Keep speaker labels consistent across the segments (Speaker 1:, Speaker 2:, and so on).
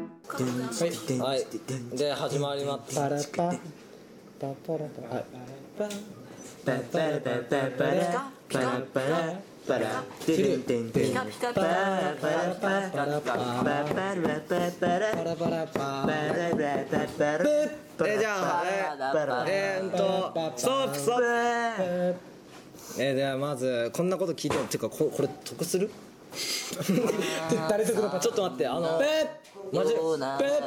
Speaker 1: はい
Speaker 2: はいで始まりまっ
Speaker 3: パラパパパラパはいパ
Speaker 1: パラパラパラパラパラパラパラテレンテンテ
Speaker 4: ピ
Speaker 1: ン
Speaker 4: カピカ
Speaker 1: パラパラパラパラパラパラパラ
Speaker 3: パラパラパ
Speaker 1: パラパラパラパラ
Speaker 2: えじゃあ
Speaker 1: パラ
Speaker 2: えー、っとストップストップえー、ではまずこんなこと聞いてもっていうかここれ得する
Speaker 3: 誰得だか
Speaker 2: ちょっと待ってあのマジ
Speaker 4: ようなれ
Speaker 2: はい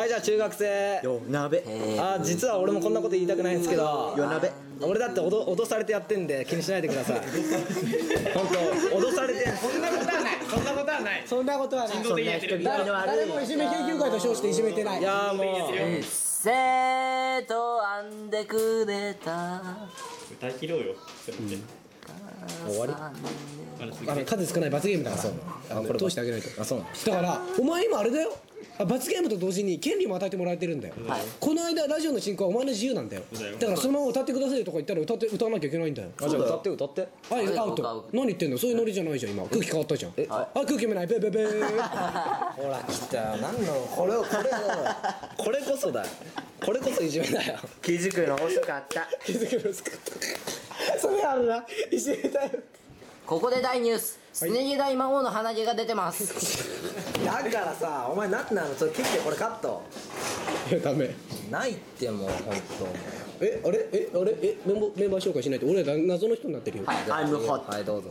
Speaker 2: はいじゃあ中学生
Speaker 1: よ鍋
Speaker 2: あ実は俺もこんなこと言いたくないんですけど
Speaker 1: よ鍋
Speaker 2: 俺だって脅脅されてやってんで気にしないでくだ さい本当脅されて
Speaker 5: そんなことはないそんなことはない
Speaker 3: そんなことはない
Speaker 5: 動的にやってる
Speaker 3: 誰誰もいじめ研究会と称していじめてない
Speaker 2: いやーもう
Speaker 4: 生徒編んでくれた
Speaker 5: 歌い切ろうよせめて
Speaker 2: 終わり
Speaker 5: あれす
Speaker 3: あの数少ない罰ゲームだからあの通してあげないと
Speaker 2: あそうなの
Speaker 3: だからお前今あれだよあ罰ゲームと同時に権利も与えてもらえてるんだよ、
Speaker 4: はい
Speaker 3: この間ラジオの進行はお前の自由なんだよ
Speaker 5: だよ
Speaker 3: だからそのまま歌ってくださいとか言ったら歌って歌わなきゃいけないんだよ
Speaker 2: あじゃあ歌って歌って
Speaker 3: あい
Speaker 4: そうだよ
Speaker 3: アウ
Speaker 4: 僕は
Speaker 3: ト
Speaker 4: 僕
Speaker 3: 何言ってんのそういうノリじゃないじゃん今空気変わったじゃんあ空気読めないペペペ
Speaker 2: ほら来たよ何のこれをこれをこれこそだよこれこそいじめだよ
Speaker 1: 気づくの遅かった
Speaker 3: 気づけるすかそれあるないじめだよ
Speaker 4: ここで大ニュースすね毛大魔王の鼻毛が出てます
Speaker 2: だからさお前なんなのそれ切ってこれカット
Speaker 3: いやダメ
Speaker 2: ないってもう本
Speaker 3: えあれえあれえメンバーメンバー紹介しないと俺ら謎の人になってるよは
Speaker 2: 当
Speaker 1: アイムホット
Speaker 2: はいどうぞ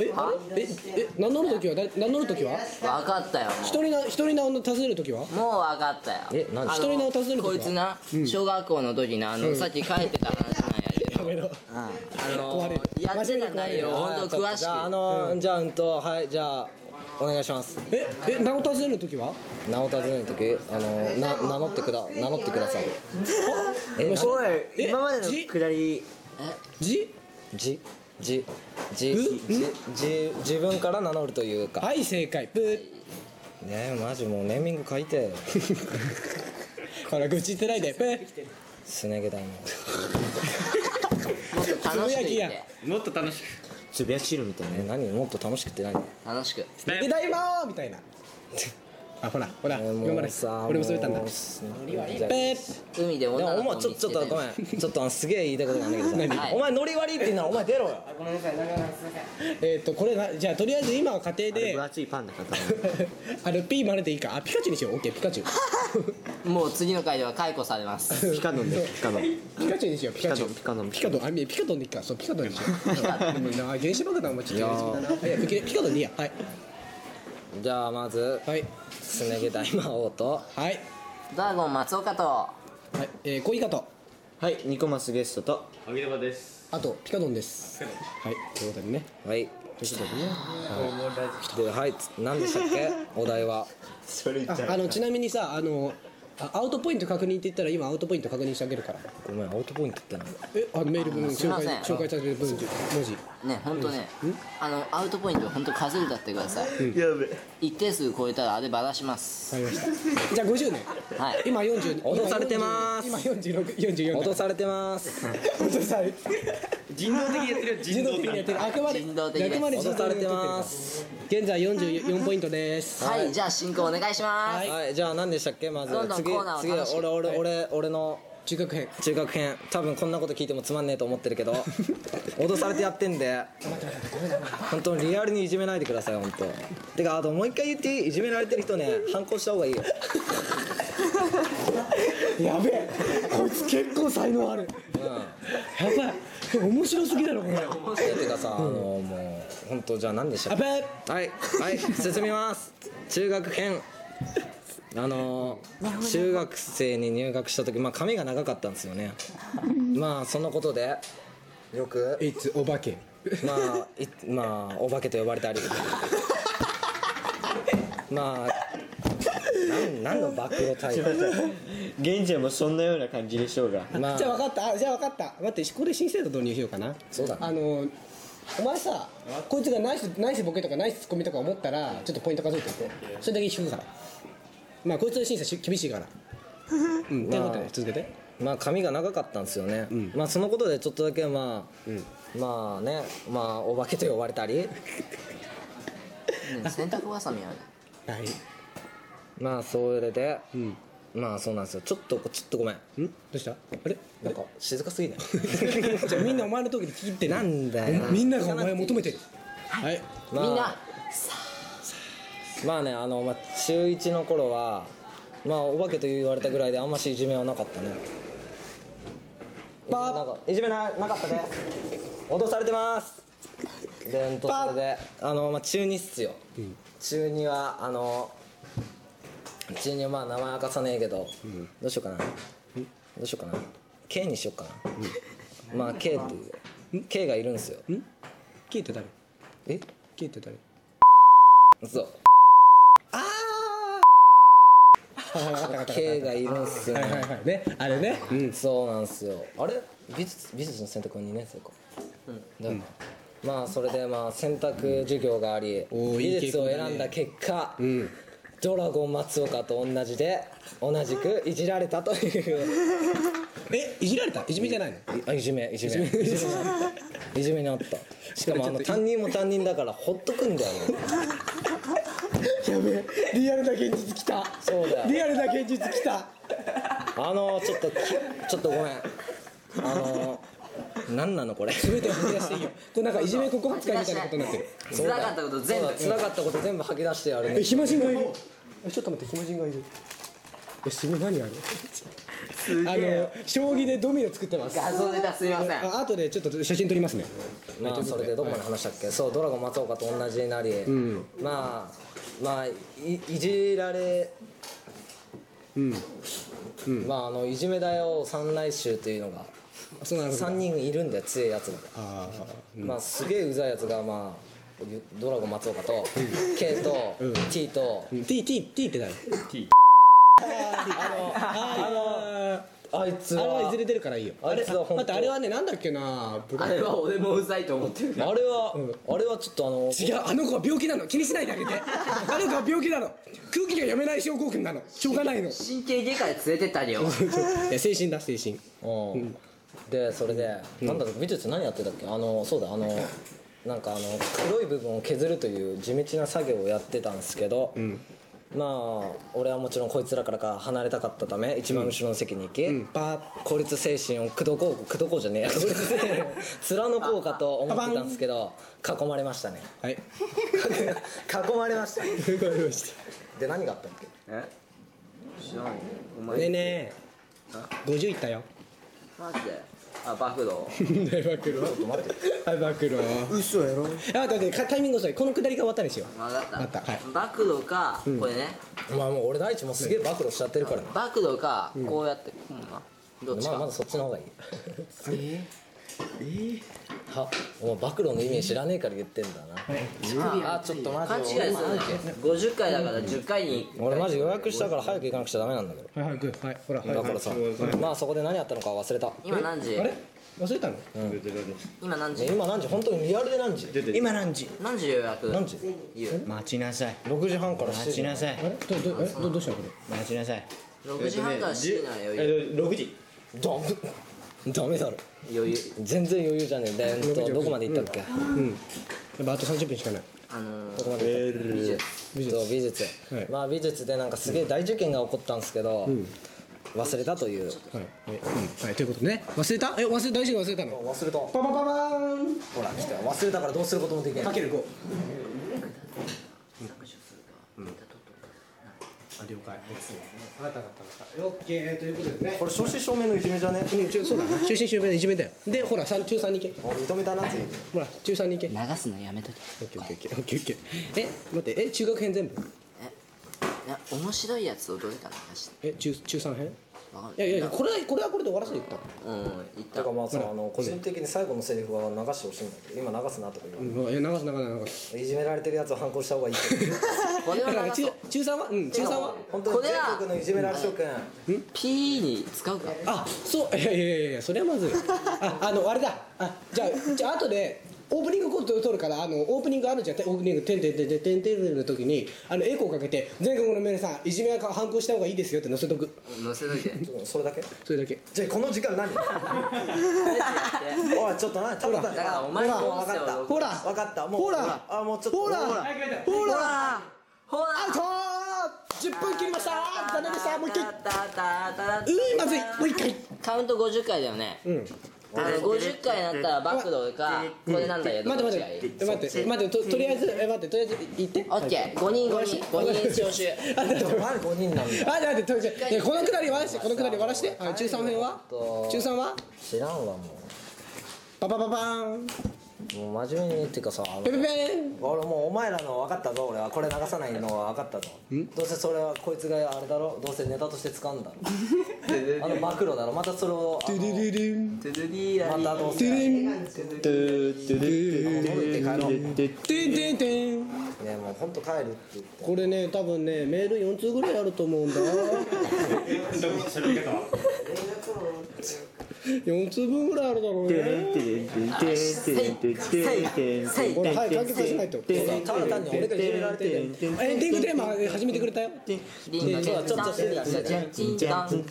Speaker 3: えあれええ名乗る時は誰名乗る時は
Speaker 4: 分かったよ
Speaker 3: 一人な一人名を尋ねる時は
Speaker 4: もう分かったよ
Speaker 2: え何
Speaker 4: あの
Speaker 3: 一人の訪ねるとか
Speaker 4: こいつな小学校の時なあのさっき帰ってた話なんやけど
Speaker 3: やめろ
Speaker 4: あの
Speaker 3: 壊れる
Speaker 4: やってた内容
Speaker 2: はい
Speaker 4: 本当詳し
Speaker 2: じゃああ
Speaker 4: く
Speaker 2: のじゃあうんとはいじゃあお願いします
Speaker 3: ええ名を尋ねる時は
Speaker 2: 名を尋ねる時あのな名乗ってくだ名乗ってくださいえ
Speaker 1: おい今までのくだり
Speaker 3: じ
Speaker 2: じじじ
Speaker 3: う
Speaker 2: じじ自分から名乗るというか
Speaker 3: はい正解プー
Speaker 2: ねえマジもうネーミング書いて
Speaker 3: ほら愚痴言ってないでプー
Speaker 2: すね毛だも
Speaker 4: もっと楽しく
Speaker 3: つぶやき
Speaker 4: 言っ
Speaker 3: や
Speaker 4: て
Speaker 5: もっと楽し
Speaker 2: つぶやきるみたいな何もっと楽しくって何
Speaker 4: 楽しく
Speaker 5: く
Speaker 3: 「大魔王!」みたいな あほらほら読まない俺もそう言ったんだ
Speaker 2: だ
Speaker 3: ペー
Speaker 4: 海で
Speaker 2: で
Speaker 4: 女
Speaker 2: も
Speaker 4: の子を
Speaker 2: お前ちょ
Speaker 4: 見
Speaker 2: ち
Speaker 4: つ
Speaker 2: ょっ
Speaker 4: けた
Speaker 2: と
Speaker 4: よ
Speaker 2: ごめんちょっとあのすげえ言いたいことがあるんだけどさ
Speaker 4: はい
Speaker 2: お前ノリ悪いって言うならお前出ろよ
Speaker 3: えっとこれなじゃあとりあえず今は家庭で
Speaker 1: 分厚いパンだから
Speaker 3: あれピーマネでいいかあピカチュウにしようオッケーピカチュウ
Speaker 4: もう次の回では解雇されます
Speaker 1: ピカノンでピカノン
Speaker 3: ピカチュウにしようピカチュウ
Speaker 1: ピカドン
Speaker 3: ピ
Speaker 1: ピ
Speaker 3: カ
Speaker 1: カ
Speaker 3: ドンあみピカドンでいいかそうピカドンにしようでもな原子爆弾もちょっとやりすぎだないやピカピカドンでいいやはい
Speaker 2: じゃあまず
Speaker 3: はい
Speaker 2: すね毛大魔王と
Speaker 3: はい
Speaker 4: ドラゴン松岡と
Speaker 3: はいえー、コイカと
Speaker 1: はいニコマスゲストと
Speaker 5: あげれば です
Speaker 3: あとピカドンですはいということでね
Speaker 2: はい
Speaker 3: ということでね
Speaker 2: ではいつ何でしたっけお題は
Speaker 1: それ
Speaker 3: ああのちなみにさあのあアウトポイント確認って言ったら今アウトポイント確認してあげるから
Speaker 2: ごめんアウトポイントってな
Speaker 3: えあのメール文
Speaker 4: すい
Speaker 3: 紹
Speaker 4: ま
Speaker 3: 介
Speaker 4: せん
Speaker 3: 紹介されてる文字文字
Speaker 4: ね本当ねあのアウトポイント本当数え歌ってください
Speaker 1: やべ
Speaker 4: 一定数超えたらあればらします
Speaker 3: わかりましたじゃあ50年
Speaker 4: はい
Speaker 3: 今40
Speaker 2: 脅されてます
Speaker 3: 今4644
Speaker 2: 落とされてます
Speaker 3: 落とされ
Speaker 5: 人道的にやってるよ人
Speaker 3: 人
Speaker 5: 道
Speaker 3: 道的
Speaker 5: 的
Speaker 3: にやってるあくまで
Speaker 4: 人道的です
Speaker 3: あくまで
Speaker 2: 落
Speaker 3: 人
Speaker 2: とさ
Speaker 3: 道的
Speaker 2: れ
Speaker 3: に
Speaker 2: て
Speaker 3: やってるから
Speaker 2: ます
Speaker 3: 現在44ポイントです
Speaker 4: はい、じゃあ進行お願いします、
Speaker 2: はいじゃあ何でしたっけまず
Speaker 4: どんどん
Speaker 2: 次
Speaker 4: コーナーを
Speaker 2: 次
Speaker 4: 楽しく
Speaker 2: 俺俺俺俺の
Speaker 3: 中学編
Speaker 2: 中学編多分こんなこと聞いてもつまんねえと思ってるけど脅されてやってんで本当にリアルにいじめないでください本当てかあともう一回言っていいいじめられてる人ね反抗した方がいいよ
Speaker 3: やべえこいつ結構才能あるやばいえ面白すぎだろこれや
Speaker 2: てかさあのもう本当じゃあ何でしたっけ
Speaker 3: べえ
Speaker 2: はいはい進みます中学編あのー中学生に入学した時まあ髪が長かったんですよねまあそのことでよく
Speaker 3: It's お化け
Speaker 2: まあいまあお化けと呼ばれたりまあなん何の暴露タイプ
Speaker 1: 現在もそんなような感じでしょうが
Speaker 2: まあ
Speaker 3: じゃあ分かったあじゃあ分かった待ってこれ新制度導入しようかな
Speaker 2: そうだね
Speaker 3: あのお前さこいつがナイスナイスボケとかナイスツッコミとか思ったらちょっとポイント数えておいてそれだけ引くからまあこいつの審査し厳しい からうんということで続けて
Speaker 2: まあ髪が長かったんですよね、まあそのことでちょっとだけまあ、まあねまあお化けと呼ばれたり
Speaker 4: ね洗濯ばさみはね
Speaker 3: はい
Speaker 2: まあそれで、まあそうなんですよちょっとちょっとごめん
Speaker 3: んどうしたあれ
Speaker 2: なんか静かすぎない
Speaker 3: じゃあみんなお前の時に聞いてる
Speaker 2: なんだよ
Speaker 3: みんながお前を求めてるはい
Speaker 2: まあ
Speaker 4: みんな
Speaker 2: まあねあの、まあ、中1の頃はまあお化けと言われたぐらいであんましいじめはなかったねパなんかいじめななかったね脅されてますでとそれであの、まあ、中2っすよ、中2はあの中2はまあ名前明かさねえけど、どうしようかな、どうしようかな K にしようかな、まあ K っていう K がいるんですよ
Speaker 3: 聞いて誰
Speaker 2: え
Speaker 3: 聞いて誰
Speaker 2: そう
Speaker 3: はいはいは いはい
Speaker 2: K がいるんすよ
Speaker 3: はいはいはいねあれね
Speaker 2: うん、そうなんですよあれ美術美術の選択は2年生かうんだからまあそれでまあ選択授業があり、
Speaker 3: おーい
Speaker 2: 美
Speaker 3: い傾
Speaker 2: 術
Speaker 3: 向
Speaker 2: を
Speaker 3: だね
Speaker 2: 選んだ結果、ドラゴン松岡と同じで同じくいじられたという
Speaker 3: えいじられたいじめじゃないの
Speaker 2: あいじめいじめいじめになったいじめになったしか もあの担任も担任だからほっとくんだよね
Speaker 3: やべえリアルな現実きた
Speaker 2: そうだよ
Speaker 3: リアルな現実きた
Speaker 2: あのちょっときちょっとごめんあの何なのこれ
Speaker 3: 全てを吐き出していいよこれなんかいじめ告白会みたいなことになってる
Speaker 4: 辛かったこと全部
Speaker 2: つなかったこと全部吐き出してやるね
Speaker 3: え暇人がいるえちょっと待って暇人がいるえすごい何あれあの将棋でドミノ作ってます
Speaker 4: 画像出たすみません
Speaker 3: あ後でちょっと写真撮りますね
Speaker 2: まあそれでどこまで話したっけ、そうドラゴン松岡と同じになり、まあまあいいじられうん、まああのいじめだよ三来衆というのが
Speaker 3: あそうなるほど
Speaker 2: 3人いるんだよ強いやつが、
Speaker 3: あ
Speaker 2: まあすげえうざいやつがまあドラゴン松岡と K と T と、
Speaker 3: ー T T T って誰
Speaker 5: T
Speaker 3: あ
Speaker 2: あいつ
Speaker 3: のあれは
Speaker 2: はい
Speaker 3: ずれ出るからいいよ
Speaker 2: あいつは
Speaker 3: 待
Speaker 2: 本
Speaker 3: って
Speaker 2: 当
Speaker 3: あれはねなんだっけなブロ
Speaker 4: あれは俺もうざいと思ってる
Speaker 2: あれは、あれはちょっとあの
Speaker 3: 違うあの子は病気なの気にしないであげてあの子は病気なの空気が読めない症候群なのしょうがないのい
Speaker 4: 神経外科で連れてった りよ
Speaker 3: や精神だ精神
Speaker 2: うん、でそれで、なんだろう美術何やってたっけあのそうだあのなんかあの黒い部分を削るという地道な作業をやってたんですけど、まあ俺はもちろんこいつらからか離れたかったため一番後ろの席に行き、バーッ孤立精神を口説こう口説こうじゃねえや 孤立精神を貫こうかと思ってたんですけど囲まれましたね
Speaker 3: はい
Speaker 2: 囲まれました
Speaker 3: 分かりまし
Speaker 2: で何があったんだっけ
Speaker 5: え
Speaker 4: 知らんよお
Speaker 3: た
Speaker 4: 前
Speaker 3: ねえねえ50いったよ
Speaker 4: マジであバフロー
Speaker 3: 大暴露大暴露嘘やろあ待って待ってかタイミング遅いこの下りが終わったんですよ
Speaker 4: 分かった
Speaker 3: わかったはい
Speaker 4: バクロか、これね
Speaker 2: まあもう俺大地もすげえ暴露しちゃってるから、
Speaker 4: バクロか、こうやってこうなどっち
Speaker 2: まあ
Speaker 4: か、
Speaker 2: まだそっちの方がいいえはお前暴露の意味知らねえから言ってんだな、ああちょっとマ
Speaker 4: 勘違い
Speaker 2: ジ
Speaker 4: するんだけ50回だから10回に
Speaker 2: 俺マジ予約したから早く行かなくちゃダメなんだけど
Speaker 3: はいはいグーはいほらはい
Speaker 2: だからさ、まあそこで何やったのか忘れた
Speaker 4: 今何時
Speaker 3: あれ忘れたの
Speaker 4: 今何時
Speaker 2: 今何時本当にリアルで何時
Speaker 1: 今何時
Speaker 4: 何時予約
Speaker 2: 何時
Speaker 4: 言う
Speaker 1: 待ちなさい
Speaker 2: 6時半から7
Speaker 1: 待
Speaker 2: 時
Speaker 1: ちなさい
Speaker 3: あれどどえどどうしたのこ
Speaker 1: 待ちなさい
Speaker 4: 6時半から7時なら余裕
Speaker 5: 6時
Speaker 2: ダメダメだろ
Speaker 4: 余裕
Speaker 2: 全然余裕じゃねえでえーっとどこまで行ったっけ、
Speaker 3: れやっぱあと30分しかない
Speaker 4: あの
Speaker 2: どこまで行ったっけ
Speaker 4: 美術
Speaker 2: 美術美術、
Speaker 3: はい
Speaker 2: まあ美術でなんかすげえ大事件が起こったんですけど、忘れたという
Speaker 3: はいえうんはいということでね忘れたえ忘れ大事に忘れたの
Speaker 2: 忘れた
Speaker 3: パパパパーン
Speaker 2: ほら来た忘れたからどうすることもできない
Speaker 3: かける5オッケーということでね
Speaker 2: これ正真正銘のいじめじゃね
Speaker 3: うん、ちょそうだな中心周辺でいじめだよでほら三中3に行け
Speaker 2: 認めたなついに
Speaker 3: ほら中3に行け
Speaker 4: 流すのやめとけ
Speaker 3: オッケーオッケーオッケーオッケーえ待ってえ中学編全部
Speaker 4: いや面白いやつをどれか流して
Speaker 3: え中中3編い
Speaker 4: わかんな
Speaker 3: や
Speaker 4: い
Speaker 3: いやいやこれはこれはこれで終わらせていった
Speaker 4: うん言った
Speaker 2: だからまあさあの個人的に最後のセリフは流してほしいんだけど今流すなとか言わ
Speaker 3: うんいや流す流す流す
Speaker 2: ないじめられてるやつは反抗した方がいいって
Speaker 4: これ
Speaker 3: だか
Speaker 4: は
Speaker 3: ら
Speaker 4: 流
Speaker 3: 中
Speaker 4: そう
Speaker 3: 中3はうん中3は
Speaker 2: 本当
Speaker 4: これ
Speaker 2: に全
Speaker 4: は
Speaker 2: 国のいじめられ諸君
Speaker 4: P に使うか
Speaker 3: あそういやいやいやいやそれはまずいああのあれだあじゃあじゃあ後でオープニングコート取るからあのオープニングあるじゃんオープニング「てんてんてんてんてんてん」の時にあのエコーかけて全国の皆さんいじめは反抗した方がいいですよって載せとく
Speaker 4: 載せといて
Speaker 2: それだけ
Speaker 3: それだけ
Speaker 2: じゃあこの時間何 おいちょっと何食べた
Speaker 4: だからお前の音
Speaker 2: 分
Speaker 4: 声
Speaker 2: かった
Speaker 4: を
Speaker 3: ほら
Speaker 2: 分かったもう
Speaker 3: ほら
Speaker 2: あもうちょっと
Speaker 3: ほら
Speaker 2: ほら
Speaker 3: ほら
Speaker 4: ほら
Speaker 3: アウト10分切りましたダメでしたもう一回う
Speaker 4: 回
Speaker 3: ーまずいもう一回
Speaker 4: カウント50回だよね
Speaker 3: うん
Speaker 4: あの50回になったらバックドーかこれなんだけど
Speaker 3: 待
Speaker 4: ど
Speaker 3: って待
Speaker 4: っちがい
Speaker 3: っ
Speaker 4: い
Speaker 3: て待って待ってととりあえずえ待ってとりあえず行って
Speaker 4: オッケー5人5人5人招集
Speaker 3: あ待って待って
Speaker 2: 前5人なんだ
Speaker 3: 待って待っていやこのくだり終わらしてこのくだり終わらしてはい中3編は中3は
Speaker 2: 知らんわも
Speaker 3: パパパパーン
Speaker 2: うもう真面目にっていうかさあの
Speaker 3: ペペペーン
Speaker 2: 俺もうお前らの分かったぞ俺はこれ流さないのは分かったぞどうせそれはこいつがあれだろどうせネタとして使うんだ ろあのマクロだろまたそれをあの
Speaker 3: ドゥドゥドゥン
Speaker 5: トゥドゥディーラ
Speaker 2: またどうせ
Speaker 3: ドゥ
Speaker 2: ね
Speaker 3: ドゥンドゥドゥドゥン
Speaker 2: 戻って帰ろう
Speaker 3: ドゥドゥンドゥン
Speaker 2: もう本当帰るって言って
Speaker 3: これね多分ねメール4通ぐらいあると思うんだ4通分ぐらいあるだろうねほら早く完結させないと
Speaker 2: ただ単に俺がいじめられてる
Speaker 3: エンディングテーマ始めてくれたよ
Speaker 4: リンがちょっと静かに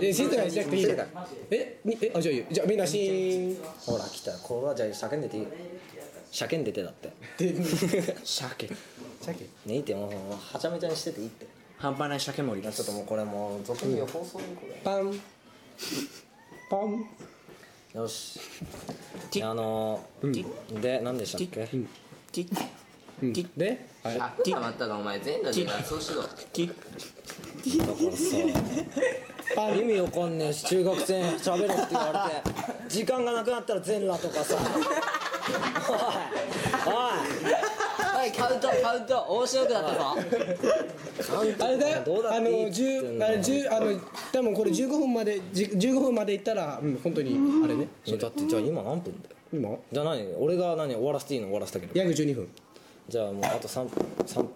Speaker 3: え静かにしなくていい
Speaker 2: 静
Speaker 3: の
Speaker 2: かに
Speaker 3: えにえあじゃあいいよじゃあみんなシーン
Speaker 2: ほら来たこれはじゃあ叫んでていいよ叫んでてだって
Speaker 3: 鮭鮭
Speaker 2: ねいいってもうはちゃめちゃにしてていいって
Speaker 1: 半端ない鮭盛り
Speaker 2: ちょっともうこれもう俗に言う放送にこれ
Speaker 3: パンパン
Speaker 2: よしあのーで何でしたっけ
Speaker 3: で
Speaker 4: あ、ちょっと待ったかお前全裸で脱走しろ
Speaker 2: だからさ意味わかんねえし中学生に喋ろって言われて時間がなくなったら全裸とかさ
Speaker 4: はいカウントカウント面白くなったぞ
Speaker 3: あれだよ
Speaker 2: どうだ
Speaker 3: あ
Speaker 2: っていい
Speaker 3: の
Speaker 2: っつってん
Speaker 3: 十
Speaker 2: の
Speaker 3: あれ十あの多分これ15分までじ15分までいったらうん本当にあれね
Speaker 2: おいだってじゃあ今何分だよ
Speaker 3: 今
Speaker 2: じゃあ何俺が何終わらせていいの終わらせたけど
Speaker 3: 約12分
Speaker 2: じゃあもうあと3分3分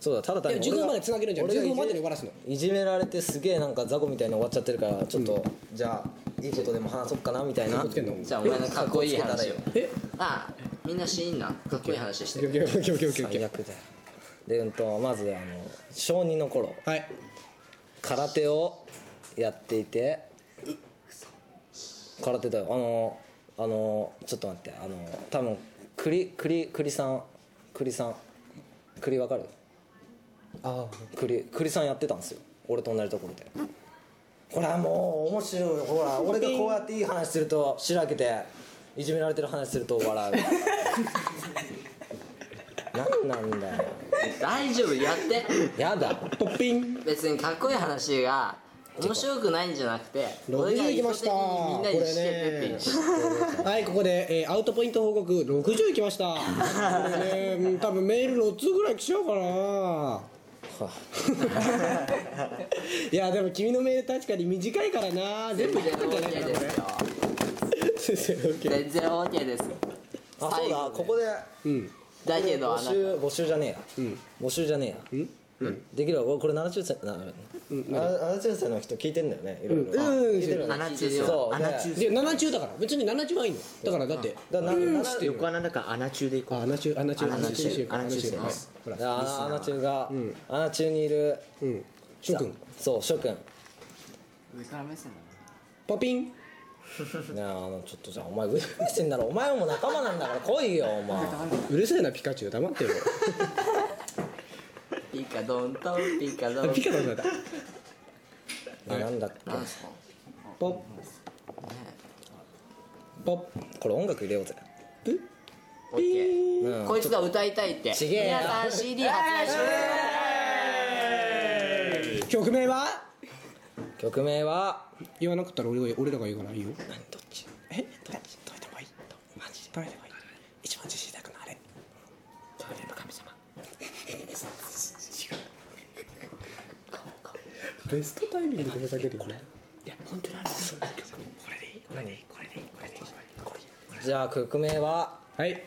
Speaker 2: そうだただ単に
Speaker 3: いや
Speaker 2: 俺
Speaker 3: 15
Speaker 2: が
Speaker 3: まで繋げるんじゃん
Speaker 2: 俺が
Speaker 3: 15までに終わらすの
Speaker 2: いじめられてすげえなんか雑魚みたいに終わっちゃってるからちょっとじゃあいいことでも話そうかなみたいな
Speaker 3: つけんの
Speaker 4: じゃあお前のかっこいい話を
Speaker 3: え
Speaker 4: あ、みんな死んなかっこいい話して
Speaker 3: オッケーオッケーオッケーオッケーオッ
Speaker 2: 最
Speaker 3: ケ
Speaker 2: 悪だよでうんとまずあの小2の頃
Speaker 3: ーはい
Speaker 2: 空手をやっていて空手だよあのあのちょっと待ってあの多分栗栗栗さん栗さん栗わかるああ栗栗さんやってたんですよ俺と同じところでほらもう面白いほら俺がこうやっていい話するとしらけていじめられてる話すると 笑うなんなんだよ
Speaker 4: 大丈夫やって
Speaker 2: やだ
Speaker 3: ポッピン
Speaker 4: 別にかっこいい話が面白くないんじゃなくて
Speaker 3: ロビー行きました
Speaker 4: 俺が意図的にみんなにしてってって言って
Speaker 3: はいここで、えーアウトポイント報告60いきま したこれねうん多分メール6通ぐらい来ちゃうかないやでも君のメール確かに短いからな全部
Speaker 4: 全
Speaker 3: 読
Speaker 4: 然
Speaker 3: むんじゃない
Speaker 4: OK ですよ
Speaker 3: かなこれ
Speaker 4: 全然 OK です
Speaker 2: あそうだここで
Speaker 3: うん
Speaker 4: だけどあ
Speaker 2: 募
Speaker 4: なた
Speaker 2: 集募集じゃねえや、募集じゃねえや、できるわこれ70歳な、あ70歳の人聞いてんだよねいろいろ、あ
Speaker 3: うん
Speaker 1: 穴中
Speaker 2: そう
Speaker 1: 穴
Speaker 2: ね
Speaker 1: 中
Speaker 3: で7中だから別に7中はいいのだからだって
Speaker 2: だななな
Speaker 1: 横穴だから穴中で行こ
Speaker 3: あ
Speaker 1: う
Speaker 3: 7中7中
Speaker 1: 穴中
Speaker 3: 7
Speaker 1: 穴中
Speaker 3: 中
Speaker 1: で
Speaker 3: はい
Speaker 1: す
Speaker 3: ほら
Speaker 2: あアナ中が、アナ中にいる
Speaker 3: うん諸君
Speaker 2: そう諸君
Speaker 3: ポピン
Speaker 2: なああのちょっとじゃあお前上目線だろお前も仲間なんだから来いよお前
Speaker 3: うるせえなピカチュウ黙 ってよ
Speaker 4: ピカドンとピカドン
Speaker 3: ピカチュウだ
Speaker 2: ななんだっ
Speaker 4: なんすか
Speaker 3: ポッポッ
Speaker 2: けこれ音楽入れようぜ
Speaker 3: プ
Speaker 4: OK こいつが歌いたいって
Speaker 2: ちげえな
Speaker 4: 皆さん CD 発売し
Speaker 3: 曲名は
Speaker 2: 曲名は
Speaker 3: 言わなかったら俺が俺らが言うからいいよ
Speaker 2: どっち
Speaker 3: えどっちどいた方がいいマジどいた方がいい一番自信なくなれトイレの神様違うベストタイミングでこれだけでいいね
Speaker 2: じゃあ曲名は
Speaker 3: はい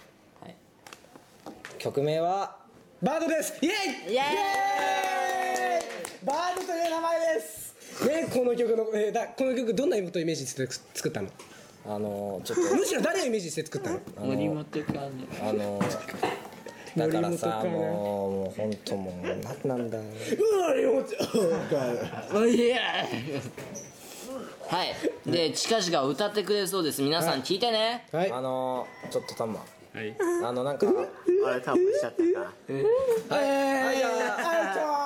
Speaker 2: 曲名は
Speaker 3: バードですイエイ
Speaker 4: イエーイ
Speaker 3: バードという名前ですねこの曲の、えーだこの曲どんなことをイメージして作ったの
Speaker 2: あのちょっと
Speaker 3: むしろ誰をイメージして作ったの
Speaker 2: あのあのだからさもうもう本当もうなんなんだよ
Speaker 4: ますイエーイはいで近々歌ってくれるそうです皆さん聞いてね
Speaker 3: はい
Speaker 2: あのちょっとたま
Speaker 5: はい
Speaker 2: あのなんか
Speaker 1: あれ多分しちゃったか
Speaker 3: はいはいはいは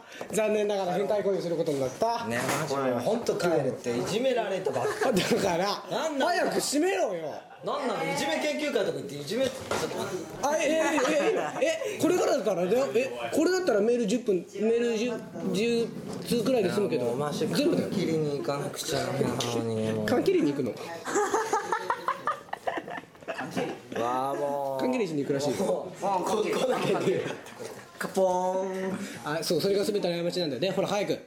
Speaker 3: い残念ながら変態行為をすることになった、
Speaker 2: ねマジもう本当帰るっていじめられたばっか
Speaker 3: だから
Speaker 2: なんなん
Speaker 3: 早く閉めろよ
Speaker 2: なんなのいじめ研究会とか行っていじめちょっ
Speaker 3: あえええええこれからだったらねえこれだったらメール10分メール 10, 10通くらいで済むけ
Speaker 2: と
Speaker 3: ど
Speaker 2: マジ
Speaker 3: 全部だよ
Speaker 2: 切りに行かなくちゃダメなのにも
Speaker 3: 缶切りに行くの
Speaker 2: うわあも
Speaker 3: 缶切りしに行くらしいよ
Speaker 2: うカポーン
Speaker 3: あそうそれが全ての過ちなんだよねほら早く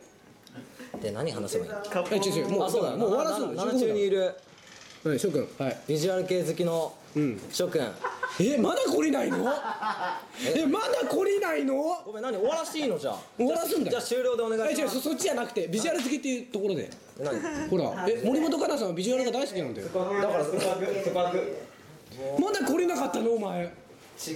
Speaker 2: で何話せばいいの
Speaker 3: え違う違うもうそうだもう終わらすの
Speaker 2: 7中にいる
Speaker 3: はい翔くんはい
Speaker 2: ビジュアル系好きの
Speaker 3: ん
Speaker 2: 諸君
Speaker 3: えまだ懲りないのえまだ懲りないの
Speaker 2: ごめん何終わらしていいのじゃあ
Speaker 3: 終わらすんだ
Speaker 2: じゃ
Speaker 3: よ
Speaker 2: あ終了でお願い
Speaker 3: え
Speaker 2: し
Speaker 3: 違
Speaker 2: ま
Speaker 3: うそ
Speaker 2: す
Speaker 3: そっちじゃなくてビジュアル好きっていうところで
Speaker 2: 何だ
Speaker 3: ほらえ森本香菜さんはビジュアルが大好きなんだよ
Speaker 2: から
Speaker 3: まだ懲りなかったのお
Speaker 2: 違
Speaker 3: 前
Speaker 2: う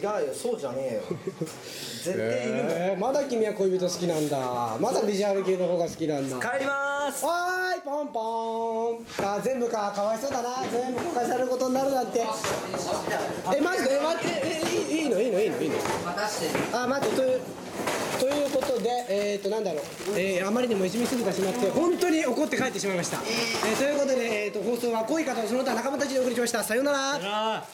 Speaker 2: よそうじゃねえよ絶対いるの
Speaker 3: えー、まだ君は恋人好きなんだまだビジュアル系の方が好きなんだ
Speaker 2: 帰りまーす
Speaker 3: はーいポンポーンあー全部かかわいそうだな全部公開されることになるなんてえマジでえ待ってええいいいいのいいのいいのいいのあー待ってというということでえっ、ー、となんだろう、えー、あまりにもいじめすぎてしまって本当に怒って帰ってしまいました、えーということで、えー、と放送は恋方その他仲間たちでお送りしましたさようなら